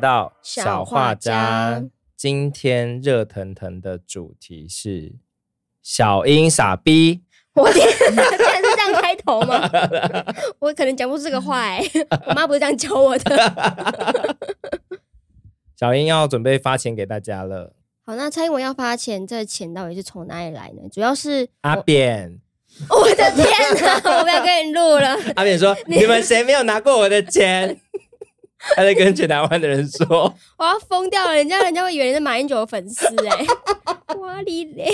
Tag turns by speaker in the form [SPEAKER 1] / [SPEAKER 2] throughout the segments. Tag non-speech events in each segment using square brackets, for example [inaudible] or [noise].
[SPEAKER 1] 到
[SPEAKER 2] 小画家。
[SPEAKER 1] 今天热腾腾的主题是小英傻逼。
[SPEAKER 2] 我天， [laughs] 竟然是这样开头吗？ [laughs] 我可能讲不出这个话哎、 [laughs] 我妈不是这样教我的。
[SPEAKER 1] 小英要准备发钱给大家了。
[SPEAKER 2] 好，那蔡英文要发钱，这钱到底是从哪里来呢？主要是 [laughs]
[SPEAKER 1] 阿扁，
[SPEAKER 2] 我的天哪，我不要跟你录了。
[SPEAKER 1] 阿扁
[SPEAKER 2] [laughs]
[SPEAKER 1] 说：“你们谁没有拿过我的钱？”他在跟全台湾的人说
[SPEAKER 2] 我要疯掉了，人家人家会以为你是马英九的粉丝哎、 [laughs] 哇哩嘞！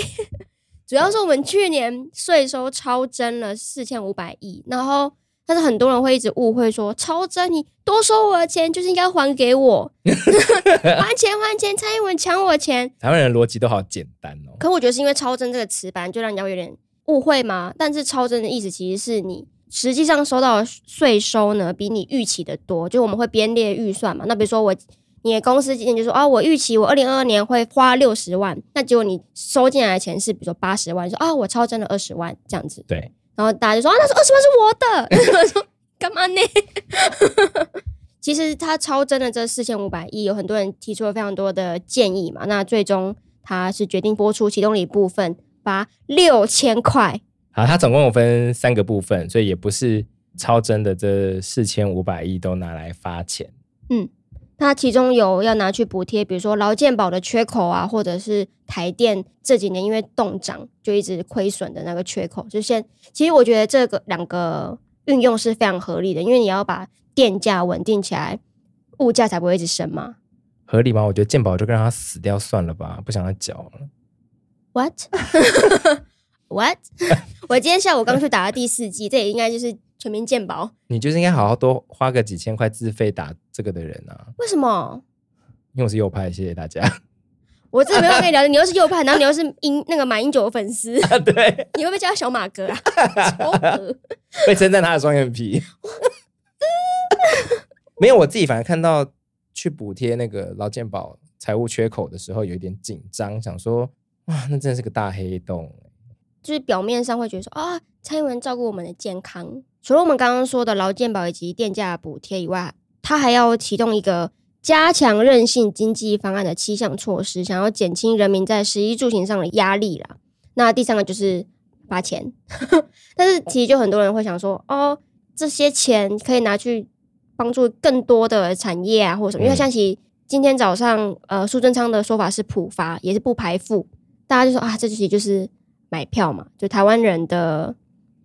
[SPEAKER 2] 主要是我们去年税收超征了四千五百亿，然后但是很多人会一直误会说超征你多收我的钱就是应该还给我， [laughs] 还钱还钱，蔡英文抢我钱。：“
[SPEAKER 1] 台湾人的逻辑都好简单哦。
[SPEAKER 2] 可我觉得是因为超征这个词，本来就让人家有点误会嘛。但是超征的意思其实是你实际上收到的税收呢，比你预期的多。就我们会编列预算嘛，那比如说我。你的公司今年就说啊，我预期我二零二二年会花六十万，那结果你收进来的钱是比如说八十万，你说啊我超征了二十万这样子，
[SPEAKER 1] 对，
[SPEAKER 2] 然后大家就说啊，那是二十万是我的，我 [laughs] 说干嘛呢？ [laughs] 其实他超征的这四千五百亿，有很多人提出了非常多的建议嘛。那最终他是决定拨出其中的一部分，罚六千块。
[SPEAKER 1] 好，它总共有分三个部分，所以也不是超真的这四千五百亿都拿来发钱。
[SPEAKER 2] 那其中有要拿去补贴，比如说劳健保的缺口啊，或者是台电这几年因为动涨就一直亏损的那个缺口，就先其实我觉得这个两个运用是非常合理的，因为你要把电价稳定起来，物价才不会一直升嘛。
[SPEAKER 1] 合理吗？我觉得鉴宝就让他死掉算了吧，不想他缴了。
[SPEAKER 2] What? [laughs] What? 我今天下午刚去打了第四季，这也应该就是全民健保。
[SPEAKER 1] 你就是应该好好多花个几千块自费打这个的人啊，
[SPEAKER 2] 为什么？
[SPEAKER 1] 因为我是右派，谢谢大家。 [laughs]
[SPEAKER 2] 我真的没办法跟你聊天，你又是右派，然后你又是英那个马英九的粉丝， [laughs]
[SPEAKER 1] 对，
[SPEAKER 2] 你会不会叫他小马哥啊？ [laughs] 超恶
[SPEAKER 1] 被称赞他的双眼皮。 [laughs] 没有，我自己反而看到去补贴那个劳健保财务缺口的时候，有一点紧张，想说哇，那真的是个大黑洞。
[SPEAKER 2] 就是表面上会觉得说啊，蔡英文照顾我们的健康，除了我们刚刚说的劳健保以及电价补贴以外，他还要启动一个加强韧性经济方案的七项措施，想要减轻人民在食衣住行上的压力啦。那第三个就是发钱， [laughs] 但是其实就很多人会想说，哦，这些钱可以拿去帮助更多的产业啊，或者什么，因为
[SPEAKER 1] 嗯
[SPEAKER 2] 像其实今天早上，呃，苏贞昌的说法是普发，也是不排富，大家就说啊，这其实就是买票嘛，就台湾人的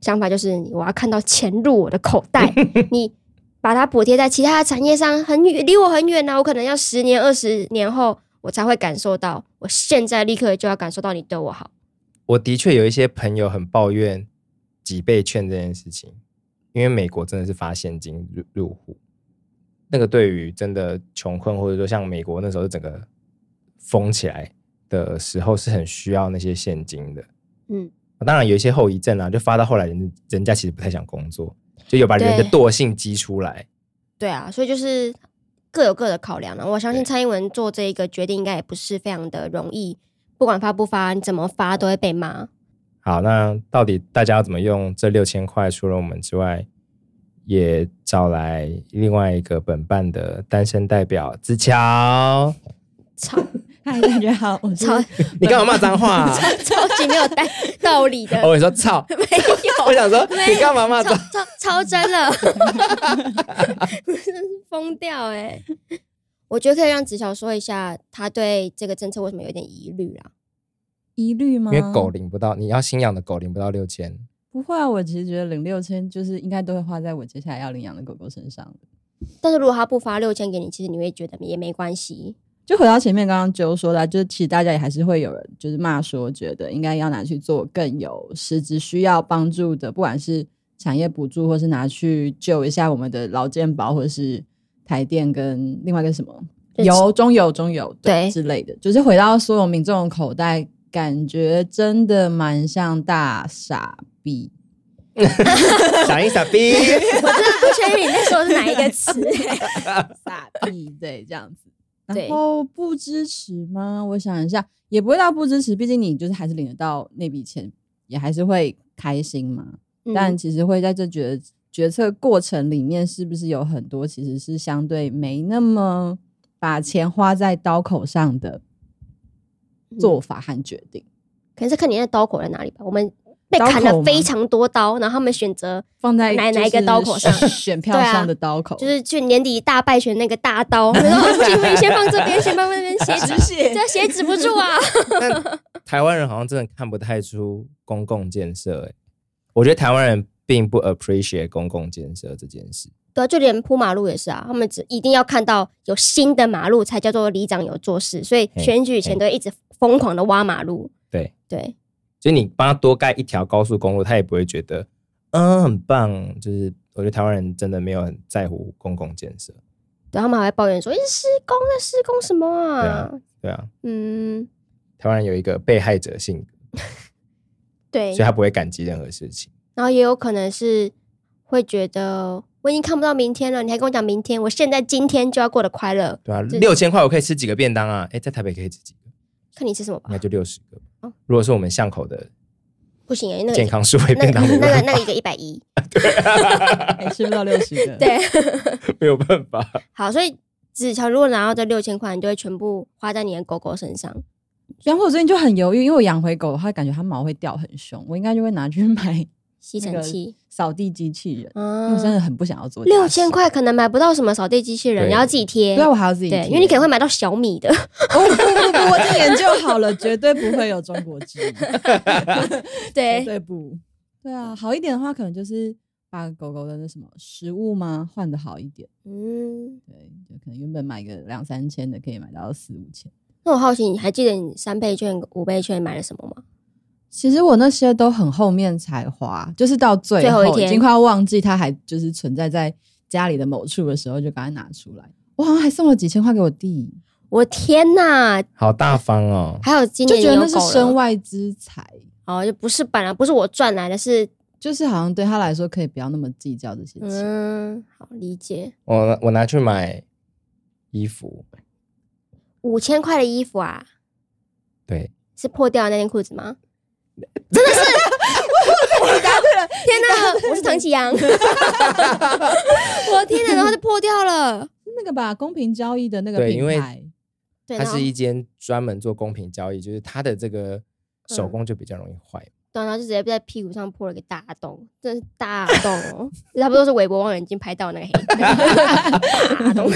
[SPEAKER 2] 想法就是我要看到钱入我的口袋，你把它补贴在其他的产业上，很远，离我很远呢、我可能要十年、二十年后我才会感受到，我现在立刻就要感受到你对我好。
[SPEAKER 1] 我的确有一些朋友很抱怨几倍券这件事情，因为美国真的是发现金入入户，那个对于真的穷困或者说像美国那时候整个封起来的时候是很需要那些现金的。
[SPEAKER 2] 嗯，
[SPEAKER 1] 当然有一些后遗症啊，就发到后来人人家其实不太想工作，就有把人的
[SPEAKER 2] 对
[SPEAKER 1] 惰性激出来。
[SPEAKER 2] 对啊，所以就是各有各的考量了。啊我相信
[SPEAKER 1] 对
[SPEAKER 2] 蔡英文做这一个决定，应该也不是非常的容易，不管发不发，你怎么发都会被骂。
[SPEAKER 1] 好，那到底大家要怎么用这六千块？除了我们之外，也找来另外一个本办的单身代表子乔。
[SPEAKER 2] [laughs] 超
[SPEAKER 3] [laughs] 嗨，大家哎好，我是
[SPEAKER 2] 超
[SPEAKER 1] 你干嘛骂脏话、啊？
[SPEAKER 2] 超级没有道道理的，
[SPEAKER 1] 哦，你说操！
[SPEAKER 2] [laughs] 没有。
[SPEAKER 1] 我想说你干嘛骂
[SPEAKER 2] 超
[SPEAKER 1] 脏？
[SPEAKER 2] 超超真了， [laughs] 真是疯掉哎、我觉得可以让子乔说一下，他对这个政策为什么有点疑虑啦。
[SPEAKER 3] 疑虑吗？
[SPEAKER 1] 因为狗领不到，你要新养的狗领不到六千。
[SPEAKER 3] 不会啊，我其实觉得领六千就是应该都会花在我接下来要领养的狗狗身上的。
[SPEAKER 2] 但是如果他不发六千给你，其实你会觉得也没关系。
[SPEAKER 3] 就回到前面刚刚就说的啊、就是其实大家也还是会有人就是骂说，觉得应该要拿去做更有实质需要帮助的，不管是产业补助，或是拿去救一下我们的劳健保，或者是台电跟另外一个什么
[SPEAKER 2] 就是
[SPEAKER 3] 油中油中油
[SPEAKER 2] 对
[SPEAKER 3] 之类的，就是回到所有民众的口袋，感觉真的蛮像大傻逼。
[SPEAKER 1] 小英傻逼，
[SPEAKER 2] 我真的不确定你在说的是哪一个词、 [laughs]
[SPEAKER 3] [laughs] 傻逼，对，这样子。
[SPEAKER 2] 对
[SPEAKER 3] 然后不支持吗？我想一下，也不会到不支持，毕竟你就是还是领得到那笔钱，也还是会开心嘛。但
[SPEAKER 2] 嗯
[SPEAKER 3] 其实会在这决决策过程里面，是不是有很多其实是相对没那么把钱花在刀口上的
[SPEAKER 2] 嗯
[SPEAKER 3] 做法和决定，
[SPEAKER 2] 可能是看你那刀口在哪里吧。我们被
[SPEAKER 3] 刀
[SPEAKER 2] 砍
[SPEAKER 3] 口
[SPEAKER 2] 了
[SPEAKER 3] 吗
[SPEAKER 2] 非常多刀，然后他们选择
[SPEAKER 3] 放在
[SPEAKER 2] 哪哪一
[SPEAKER 3] 就
[SPEAKER 2] 个
[SPEAKER 3] 是
[SPEAKER 2] 刀口上
[SPEAKER 3] 选票
[SPEAKER 2] 对啊
[SPEAKER 3] 上的刀口，
[SPEAKER 2] 就是去年底大败选那个大刀，然后不行不行，先放这边，先放那边，鞋子
[SPEAKER 3] 止 [laughs] 血
[SPEAKER 2] 这鞋止不住啊。
[SPEAKER 1] 但台湾人好像真的看不太出公共建设、欸，我觉得台湾人并不 appreciate 公共建设这件事。
[SPEAKER 2] 对啊，就连铺马路也是啊，他们只一定要看到有新的马路才叫做里长有做事，所以
[SPEAKER 1] 嘿
[SPEAKER 2] 选举前都一直疯狂的挖马路。
[SPEAKER 1] 对，
[SPEAKER 2] 对，
[SPEAKER 1] 所以你帮他多盖一条高速公路，他也不会觉得，嗯，很棒。就是我觉得台湾人真的没有很在乎公共建设，
[SPEAKER 2] 对，他们还会抱怨说：“一直施工在施工什么
[SPEAKER 1] 对
[SPEAKER 2] 啊
[SPEAKER 1] 啊？”对啊。
[SPEAKER 2] 嗯，
[SPEAKER 1] 台湾人有一个被害者性格，
[SPEAKER 2] 对
[SPEAKER 1] 所以。他不会感激任何事情。
[SPEAKER 2] 然后也有可能是会觉得我已经看不到明天了，你还跟我讲明天，我现在今天就要过得快乐，
[SPEAKER 1] 对啊，
[SPEAKER 2] 这
[SPEAKER 1] 六千块我可以吃几个便当啊？哎、在台北可以吃几个？
[SPEAKER 2] 看你吃什么吧
[SPEAKER 1] 应。该就六十个
[SPEAKER 2] 哦。
[SPEAKER 1] 如果是我们巷口的
[SPEAKER 2] 不行、欸，那
[SPEAKER 1] 健
[SPEAKER 2] 个
[SPEAKER 1] 康数位
[SPEAKER 2] 那
[SPEAKER 1] 便
[SPEAKER 2] 个
[SPEAKER 1] 当，没
[SPEAKER 2] 那个
[SPEAKER 1] 办
[SPEAKER 2] 那个一个一百一，
[SPEAKER 1] [laughs]
[SPEAKER 3] 哎吃不到六十个，，
[SPEAKER 2] 对，
[SPEAKER 1] 法， [laughs] 没有办法。
[SPEAKER 2] 好，所以子乔如果拿到这六千块，你就会全部花在你的狗狗身上。
[SPEAKER 3] 然后我最近就很犹豫，因为我养回狗的话，感觉它毛会掉很凶，我应该就会拿去 [laughs] 买
[SPEAKER 2] 吸尘器
[SPEAKER 3] 扫地机器人，因为
[SPEAKER 2] 啊
[SPEAKER 3] 我，真的很不想要做
[SPEAKER 2] 六
[SPEAKER 3] 家事
[SPEAKER 2] 千。块可能买不到什么扫地机器人，
[SPEAKER 1] 对
[SPEAKER 2] 你要自己贴。
[SPEAKER 3] 对啊，我还要自己
[SPEAKER 2] 对，
[SPEAKER 3] 贴
[SPEAKER 2] 因为你可能会买到小米的，
[SPEAKER 3] 哦不不不，我已经研究好了，绝对不会有中国
[SPEAKER 2] [laughs]
[SPEAKER 3] 基因，绝
[SPEAKER 2] [laughs] 对，
[SPEAKER 3] 对不。对啊，好一点的话，可能就是把狗狗的那什么食物吗换的好一点，
[SPEAKER 2] 嗯。
[SPEAKER 3] 对，就可能原本买个两三千的，可以买到四五千。
[SPEAKER 2] 那我好奇，你还记得你三倍券、五倍券买了什么吗？
[SPEAKER 3] 其实我那些都很后面才花，就是到最后
[SPEAKER 2] 最后一天
[SPEAKER 3] 已经快要忘记它还就是存在在家里的某处的时候，就赶快拿出来。我好像还送了几千块给我弟，
[SPEAKER 2] 我天哪！
[SPEAKER 1] 好大方哦！
[SPEAKER 2] 还有今
[SPEAKER 3] 就
[SPEAKER 2] 年
[SPEAKER 3] 觉
[SPEAKER 2] 也
[SPEAKER 3] 得
[SPEAKER 2] 有
[SPEAKER 3] 那是
[SPEAKER 2] 狗了
[SPEAKER 3] 身外之财，
[SPEAKER 2] 哦，就不是本来不是我赚来的是，
[SPEAKER 3] 就是好像对他来说可以不要那么计较这些钱。
[SPEAKER 2] 嗯，好理解。
[SPEAKER 1] 我我拿去买衣服，
[SPEAKER 2] 五千块的衣服啊，
[SPEAKER 1] 对，
[SPEAKER 2] 是破掉的那件裤子吗？真的是，我答对了！天哪，我是唐启阳， [laughs] 我天哪，然后就破掉了。
[SPEAKER 3] 是那个吧，公平交易的那个
[SPEAKER 1] 对
[SPEAKER 3] 平
[SPEAKER 1] 因为
[SPEAKER 3] 台，
[SPEAKER 2] 对，
[SPEAKER 1] 它
[SPEAKER 2] 然后
[SPEAKER 1] 是一间专门做公平交易，就是它的这个
[SPEAKER 2] 嗯
[SPEAKER 1] 手工就比较容易坏。
[SPEAKER 2] 对，然后就直接在屁股上破了个大洞，真是大洞哦，就差不多是韦伯望远镜拍到的那个黑洞大洞。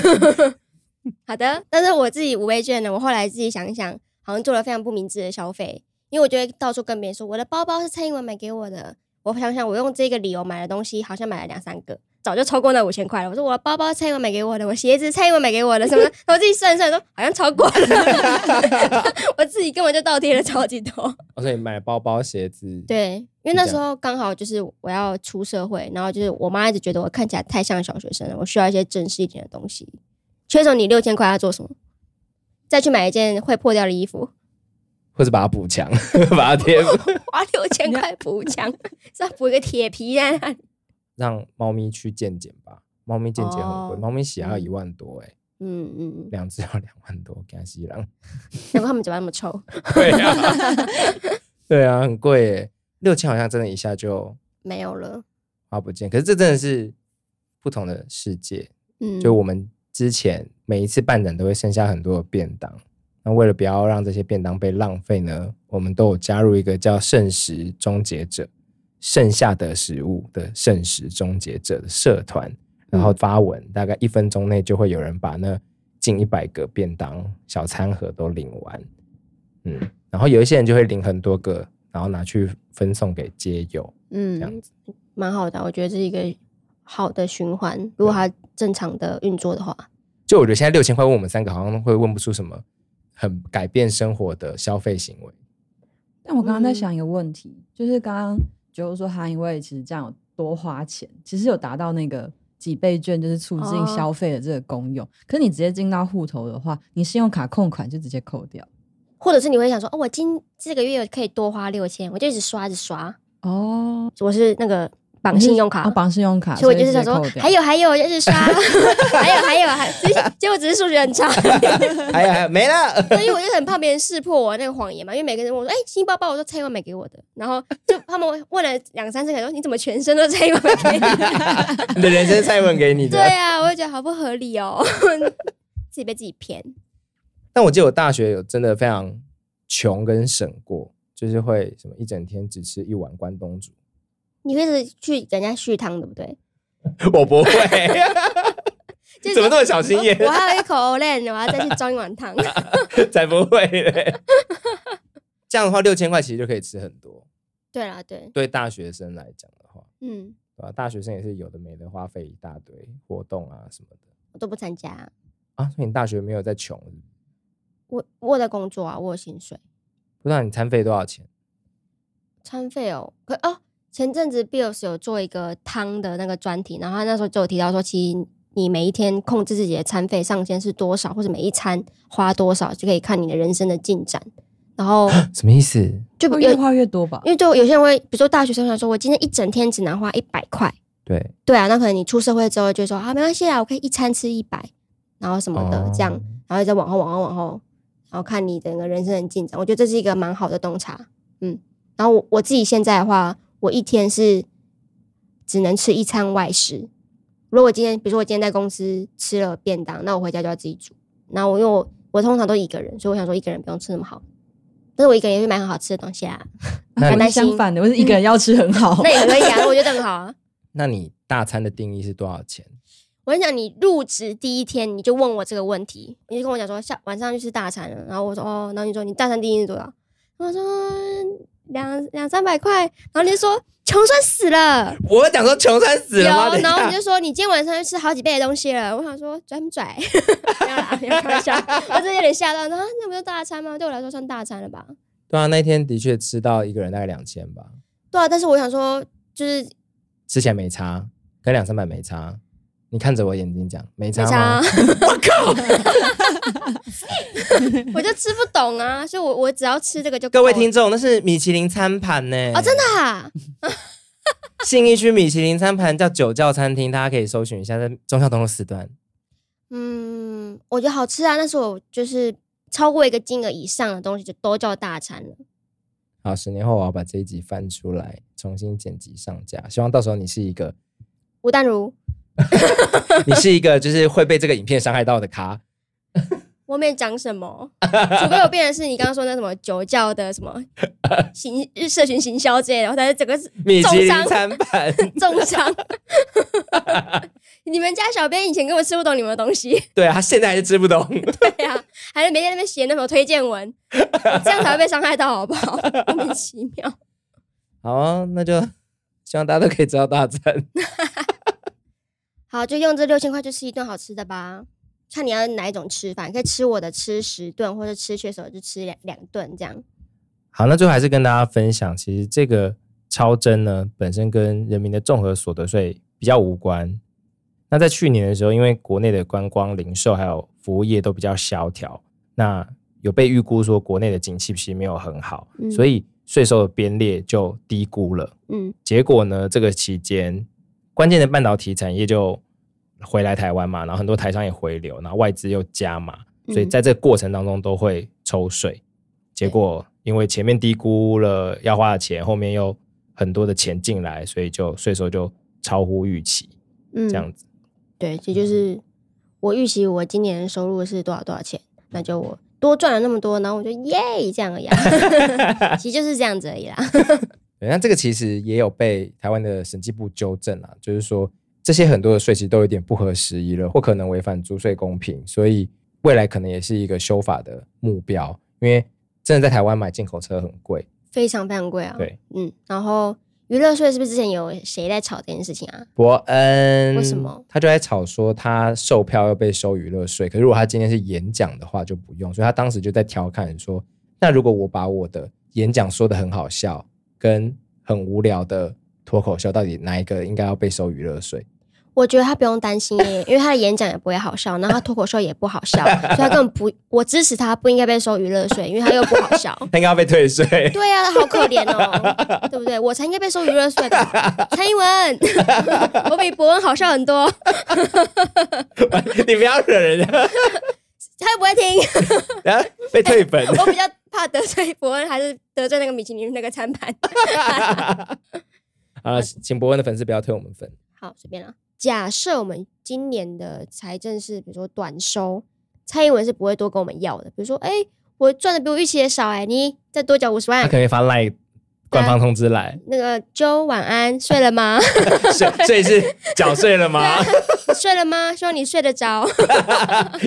[SPEAKER 2] [laughs] 好的，但是我自己五倍券呢，我后来自己想一想，好像做了非常不明智的消费，因为我就会到处跟别人说我的包包是蔡英文买给我的，我想想我用这个理由买的东西，好像买了两三个。早就超过那五千块了。我说我的包包蔡英文买给我的，我鞋子蔡英文买给我的，什么的？我自己算一算，说好像超过了， [laughs] 我自己根本就倒贴了超级多。
[SPEAKER 1] 哦，所以买了包包、鞋子，，
[SPEAKER 2] 对，因为
[SPEAKER 1] 是
[SPEAKER 2] 那
[SPEAKER 1] 这
[SPEAKER 2] 时候刚好就是我要出社会，然后就是我妈一直觉得我看起来太像小学生了，我需要一些正式一点的东西。缺少你六千块要做什么？再去买一件会破掉的衣 [laughs] 服，
[SPEAKER 1] 或者把它补强， [laughs] 把它贴，
[SPEAKER 2] 花六千块 [laughs] 补墙，是要补一个铁皮在那里。
[SPEAKER 1] [laughs] 让猫咪去健检吧。猫咪健检很贵，
[SPEAKER 2] 哦
[SPEAKER 1] 猫咪洗要一万多、欸，哎、
[SPEAKER 2] 嗯嗯，嗯
[SPEAKER 1] 两只要两万多，给它洗了。
[SPEAKER 2] [laughs] 难怪他们嘴巴那么臭。
[SPEAKER 1] 对
[SPEAKER 2] [laughs]
[SPEAKER 1] 啊，对啊，很贵耶，六千好像真的一下就
[SPEAKER 2] 没有了，
[SPEAKER 1] 花不见。可是这真的是不同的世界，
[SPEAKER 2] 嗯，
[SPEAKER 1] 就我们之前每一次办展都会剩下很多的便当，那为了不要让这些便当被浪费呢，我们都有加入一个叫“剩食终结者”剩下的食物的“剩食终结者”的社团，然后发文，大概一分钟内就会有人把那近一百个便当小餐盒都领完，嗯，然后有一些人就会领很多个，然后拿去分送给街友，这样
[SPEAKER 2] 嗯，蛮好的啊，我觉得这是一个好的循环。如果它正常的运作的话，
[SPEAKER 1] 就我觉得现在六千块问我们三个，好像会问不出什么很改变生活的消费行
[SPEAKER 2] [laughs]
[SPEAKER 1] 为。
[SPEAKER 3] 但我刚刚在
[SPEAKER 2] 嗯
[SPEAKER 3] 想一个问题，就是刚刚就是说他因为其实这样有多花钱，其实有达到那个几倍券就是促进
[SPEAKER 2] 哦
[SPEAKER 3] 消费的这个功用。可你直接进到户头的话，你信用卡控款就直接扣掉。
[SPEAKER 2] 或者是你会想说，哦，我今这个月可以多花六千，我就一直刷，一直刷。
[SPEAKER 3] 哦，
[SPEAKER 2] 我是那个绑信用卡
[SPEAKER 3] 哦，，绑信用卡，
[SPEAKER 2] 所以我就是
[SPEAKER 3] 直
[SPEAKER 2] 想
[SPEAKER 3] 接
[SPEAKER 2] 说
[SPEAKER 3] 扣，掉
[SPEAKER 2] 还有还有，就是
[SPEAKER 3] [laughs]
[SPEAKER 2] 刷，还有还有，还只是结果只是数学很差，
[SPEAKER 1] 哎呀，哎呀没
[SPEAKER 2] [laughs]
[SPEAKER 1] 了。
[SPEAKER 2] 所以我就很怕别人识破我那个谎言嘛。因为每个人问我说，哎、新包包，我说蔡英文买给我的，然后就他们问了两三次，可能说你怎么全身都蔡英文
[SPEAKER 3] 啊
[SPEAKER 2] 买给你？
[SPEAKER 1] 你的人生蔡文给你
[SPEAKER 2] 对
[SPEAKER 1] 的，
[SPEAKER 2] 啊，我就觉得好不合理哦。自己被自己骗。
[SPEAKER 1] 但我记得我大学有真的非常穷跟省过，就是会什么一整天只吃一碗关东
[SPEAKER 2] [laughs]
[SPEAKER 1] 煮。
[SPEAKER 2] 你会是去给人家续汤，对不对？
[SPEAKER 1] 我不会，
[SPEAKER 2] [laughs] 就是
[SPEAKER 1] 怎么那么小心眼？
[SPEAKER 2] 我还有一口 Olen，我要再去装一碗汤。
[SPEAKER 1] 才不
[SPEAKER 2] [laughs]
[SPEAKER 1] 会嘞！这样的话，六千块其实就可以吃很多。
[SPEAKER 2] 对啦，对，
[SPEAKER 1] 对大学生来讲的话，
[SPEAKER 2] 嗯，
[SPEAKER 1] 对吧、大学生也是有的没的，花费一大堆活动啊什么的
[SPEAKER 2] 我都不参加。
[SPEAKER 1] 啊。所以你大学没有在穷，是不是
[SPEAKER 2] 我我有在工作啊，我有薪水，
[SPEAKER 1] 不知道你餐费多少钱？
[SPEAKER 2] 餐费哦。可哦，前阵子 Bills 有做一个汤的那个专题，然后他那时候就有提到说，其实你每一天控制自己的餐费上限是多少，或者每一餐花多少，就可以看你的人生的进展。然后
[SPEAKER 1] 什么意思？
[SPEAKER 2] 就
[SPEAKER 3] 会
[SPEAKER 2] 有
[SPEAKER 3] 哦越，花越多吧
[SPEAKER 2] 因？为就有些人会，比如说大学生会说，我今天一整天只能花一百块。
[SPEAKER 1] 对，
[SPEAKER 2] 对啊，那可能你出社会之后就说啊，没关系啊，我可以一餐吃一百，然后什么的、
[SPEAKER 1] 哦
[SPEAKER 2] 这样，然后再往后往后往后，然后看你整个人生的进展。我觉得这是一个蛮好的洞察，嗯。然后我我自己现在的话，我一天是只能吃一餐外食。如果我今天，比如说我今天在公司吃了便当，那我回家就要自己煮。然后我因为我我通常都一个人，所以我想说一个人不用吃那么好，但是我一个人也会买很好吃的东西啊，
[SPEAKER 1] 那
[SPEAKER 2] 很
[SPEAKER 1] 你
[SPEAKER 2] 担
[SPEAKER 3] 是
[SPEAKER 2] 心
[SPEAKER 3] 相。反的，我是一个人要吃很好 [laughs]
[SPEAKER 2] 那。也可以啊，我觉得很好啊。
[SPEAKER 1] 那你大餐的定义是多少钱？
[SPEAKER 2] 我跟你讲，你入职第一天你就问我这个问题，你就跟我讲说下晚上去吃大餐了，然后我说哦，然后你说你大餐定义是多少？我说两两三百块，然后你就说穷酸死了，
[SPEAKER 1] 我讲说穷酸死了吗？
[SPEAKER 2] 有，
[SPEAKER 1] 等一
[SPEAKER 2] 然后
[SPEAKER 1] 下
[SPEAKER 2] 你就说你今天晚上要吃好几倍的东西了，我想说拽不拽？ [laughs] 没有啦，没有开玩笑，我真的有点吓到，然后啊那不就大餐吗？对我来说算大餐了吧？
[SPEAKER 1] 对啊，那天的确吃到一个人大概两千吧，
[SPEAKER 2] 对啊，但是我想说就是
[SPEAKER 1] 吃起来没差，跟两三百没差。你看着我眼睛讲，没差
[SPEAKER 2] 没
[SPEAKER 1] 吗？
[SPEAKER 2] 差
[SPEAKER 1] [laughs]
[SPEAKER 2] 啊，
[SPEAKER 1] 我靠！
[SPEAKER 2] [laughs] 我就吃不懂啊，所以我我只要吃这个就
[SPEAKER 1] 各位
[SPEAKER 2] 够了
[SPEAKER 1] 听众，那是米其林餐盘呢。
[SPEAKER 2] 哦，真的啊，
[SPEAKER 1] 信义区米其林餐盘叫酒窖餐厅，大家可以搜寻一下，在中孝东路四段。
[SPEAKER 2] [laughs] 嗯，我觉得好吃啊，但是我就是超过一个金额以上的东西就都叫大餐了。
[SPEAKER 1] 好，十年后我要把这一集翻出来，重新剪辑上架。希望到时候你是一个，
[SPEAKER 2] 吴淡如，
[SPEAKER 1] 你是一个就是会被这个影片伤害到的咖。
[SPEAKER 2] 我没讲什么，除非我变成是你刚刚说那什么酒窖的什么 [laughs] 行日社群行销之类的，然后他就整个是
[SPEAKER 1] [laughs] 米其
[SPEAKER 2] 重
[SPEAKER 1] 林
[SPEAKER 2] 伤
[SPEAKER 1] 餐盘， [laughs]
[SPEAKER 2] 重 [laughs] 伤。你们家小编以前根本吃不懂你们的东西，
[SPEAKER 1] 对啊，他现在还是吃不懂。 [laughs]
[SPEAKER 2] 对呀、啊，还是每天在那边写那种推荐文，这样才会被伤害到，好不好？莫名其妙。
[SPEAKER 1] 好啊，那就希望大家都可以知道大餐。 [laughs]
[SPEAKER 2] 好，就用这六千块就吃一顿好吃的吧。看你要哪一种吃法，你可以吃我的吃十顿，或者吃缺手就吃两两顿这样。
[SPEAKER 1] 好，那最后还是跟大家分享，其实这个超征呢，本身跟人民的综合所得税比较无关。那在去年的时候，因为国内的观光、零售还有服务业都比较萧条，那有被预估说国内的景气其实没有很好，
[SPEAKER 2] 嗯
[SPEAKER 1] 所以税收的编列就低估了。
[SPEAKER 2] 嗯，
[SPEAKER 1] 结果呢，这个期间关键的半导体产业就回来台湾嘛，然后很多台商也回流，然后外资又加码，所
[SPEAKER 2] 嗯
[SPEAKER 1] 以在这个过程当中都会抽税。结果因为前面低估了要花的钱，后面又很多的钱进来，所以就税收就超乎预期
[SPEAKER 2] 嗯
[SPEAKER 1] 这样子。
[SPEAKER 2] 对，
[SPEAKER 1] 嗯
[SPEAKER 2] 这就是我预期我今年的收入是多少多少钱，那就我多赚了那么多，然后我就耶这样而已、
[SPEAKER 1] [laughs]
[SPEAKER 2] 啊，其实就是这样子而已啦。
[SPEAKER 1] 对，那这个其实也有被台湾的审计部纠正啊，就是说这些很多的税其实都有点不合时宜了，或可能违反租税公平，所以未来可能也是一个修法的目标，因为真的在台湾买进口车很贵，
[SPEAKER 2] 非常非常贵啊。
[SPEAKER 1] 对，
[SPEAKER 2] 嗯，然后娱乐税是不是之前有谁在炒这件事情啊？
[SPEAKER 1] 伯恩
[SPEAKER 2] 为什么
[SPEAKER 1] 他就在吵说他售票要被收娱乐税？可是如果他今天是演讲的话就不用，所以他当时就在调侃说：那如果我把我的演讲说的很好笑，跟很无聊的脱口秀，到底哪一个应该要被收娱乐税？
[SPEAKER 2] 我觉得他不用担心耶，因为他的演讲也不会好笑，然后他脱口秀也不好笑，所以他根本不，我支持他不应该被收娱乐税，因为他又不好笑。
[SPEAKER 1] 他应该要被退税。 [laughs]
[SPEAKER 2] 对啊，好可怜哦，对不对？我才应该被收娱乐税吧？蔡英文，我比伯恩好笑很多，
[SPEAKER 1] 你不要惹人 [laughs] 家，
[SPEAKER 2] 他又不会听，
[SPEAKER 1] 然后被退粉。 [laughs]
[SPEAKER 2] 我比较怕得罪伯恩，还是得罪那个米其林那个餐盘。
[SPEAKER 1] 啊，请伯恩的粉丝不要退我们粉。
[SPEAKER 2] 好，随便啦。假设我们今年的财政是比如说短收，蔡英文是不会多跟我们要的。比如说，哎、我赚的比我预期的少、哎，你再多缴五十
[SPEAKER 1] 他
[SPEAKER 2] 万
[SPEAKER 1] 可。能会发赖官方通知来，
[SPEAKER 2] 那个周晚安，睡了吗？
[SPEAKER 1] [laughs]
[SPEAKER 2] [laughs]
[SPEAKER 1] 所以所以是缴税了吗？
[SPEAKER 2] 睡了吗？希望你睡得着。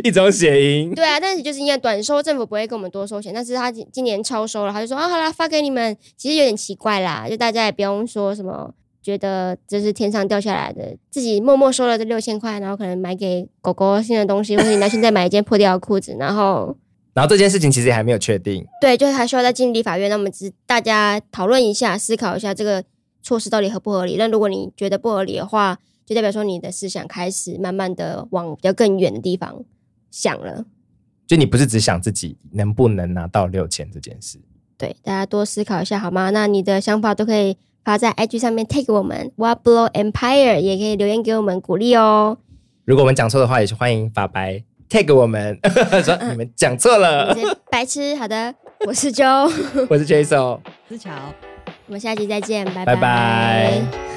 [SPEAKER 1] 一种谐音，
[SPEAKER 2] 对啊，但是就是因为短收，政府不会跟我们多收钱，但是他今今年超收了，他就说啊，好啦，发给你们。其实有点奇怪啦，就大家也不用说什么，觉得这是天上掉下来的，自己默默收了这六千块，然后可能买给狗狗新的东西，或者你拿去再买一件破掉的裤子，然后
[SPEAKER 1] 然后这件事情其实也还没有确定，
[SPEAKER 2] 对，就是还需要再进立法院。那我们只是大家讨论一下，思考一下这个措施到底合不合理。那如果你觉得不合理的话，就代表说你的思想开始慢慢的往比较更远的地方想了。
[SPEAKER 1] 就你不是只想自己能不能拿到六千这件事，
[SPEAKER 2] 对，大家多思考一下好吗？那你的想法都可以发在 IG 上面 tag 我们 w a b l o Empire，也可以留言给我们鼓励哦。
[SPEAKER 1] 如果我们讲错的话，也是欢迎法白 tag 我们， [laughs] 说你们讲错
[SPEAKER 2] 你 [laughs]
[SPEAKER 1] 了。
[SPEAKER 2] 是白痴，好的，我是周，
[SPEAKER 1] 我是 Jason，
[SPEAKER 3] 思乔。
[SPEAKER 2] 我们下期再见，
[SPEAKER 1] 拜拜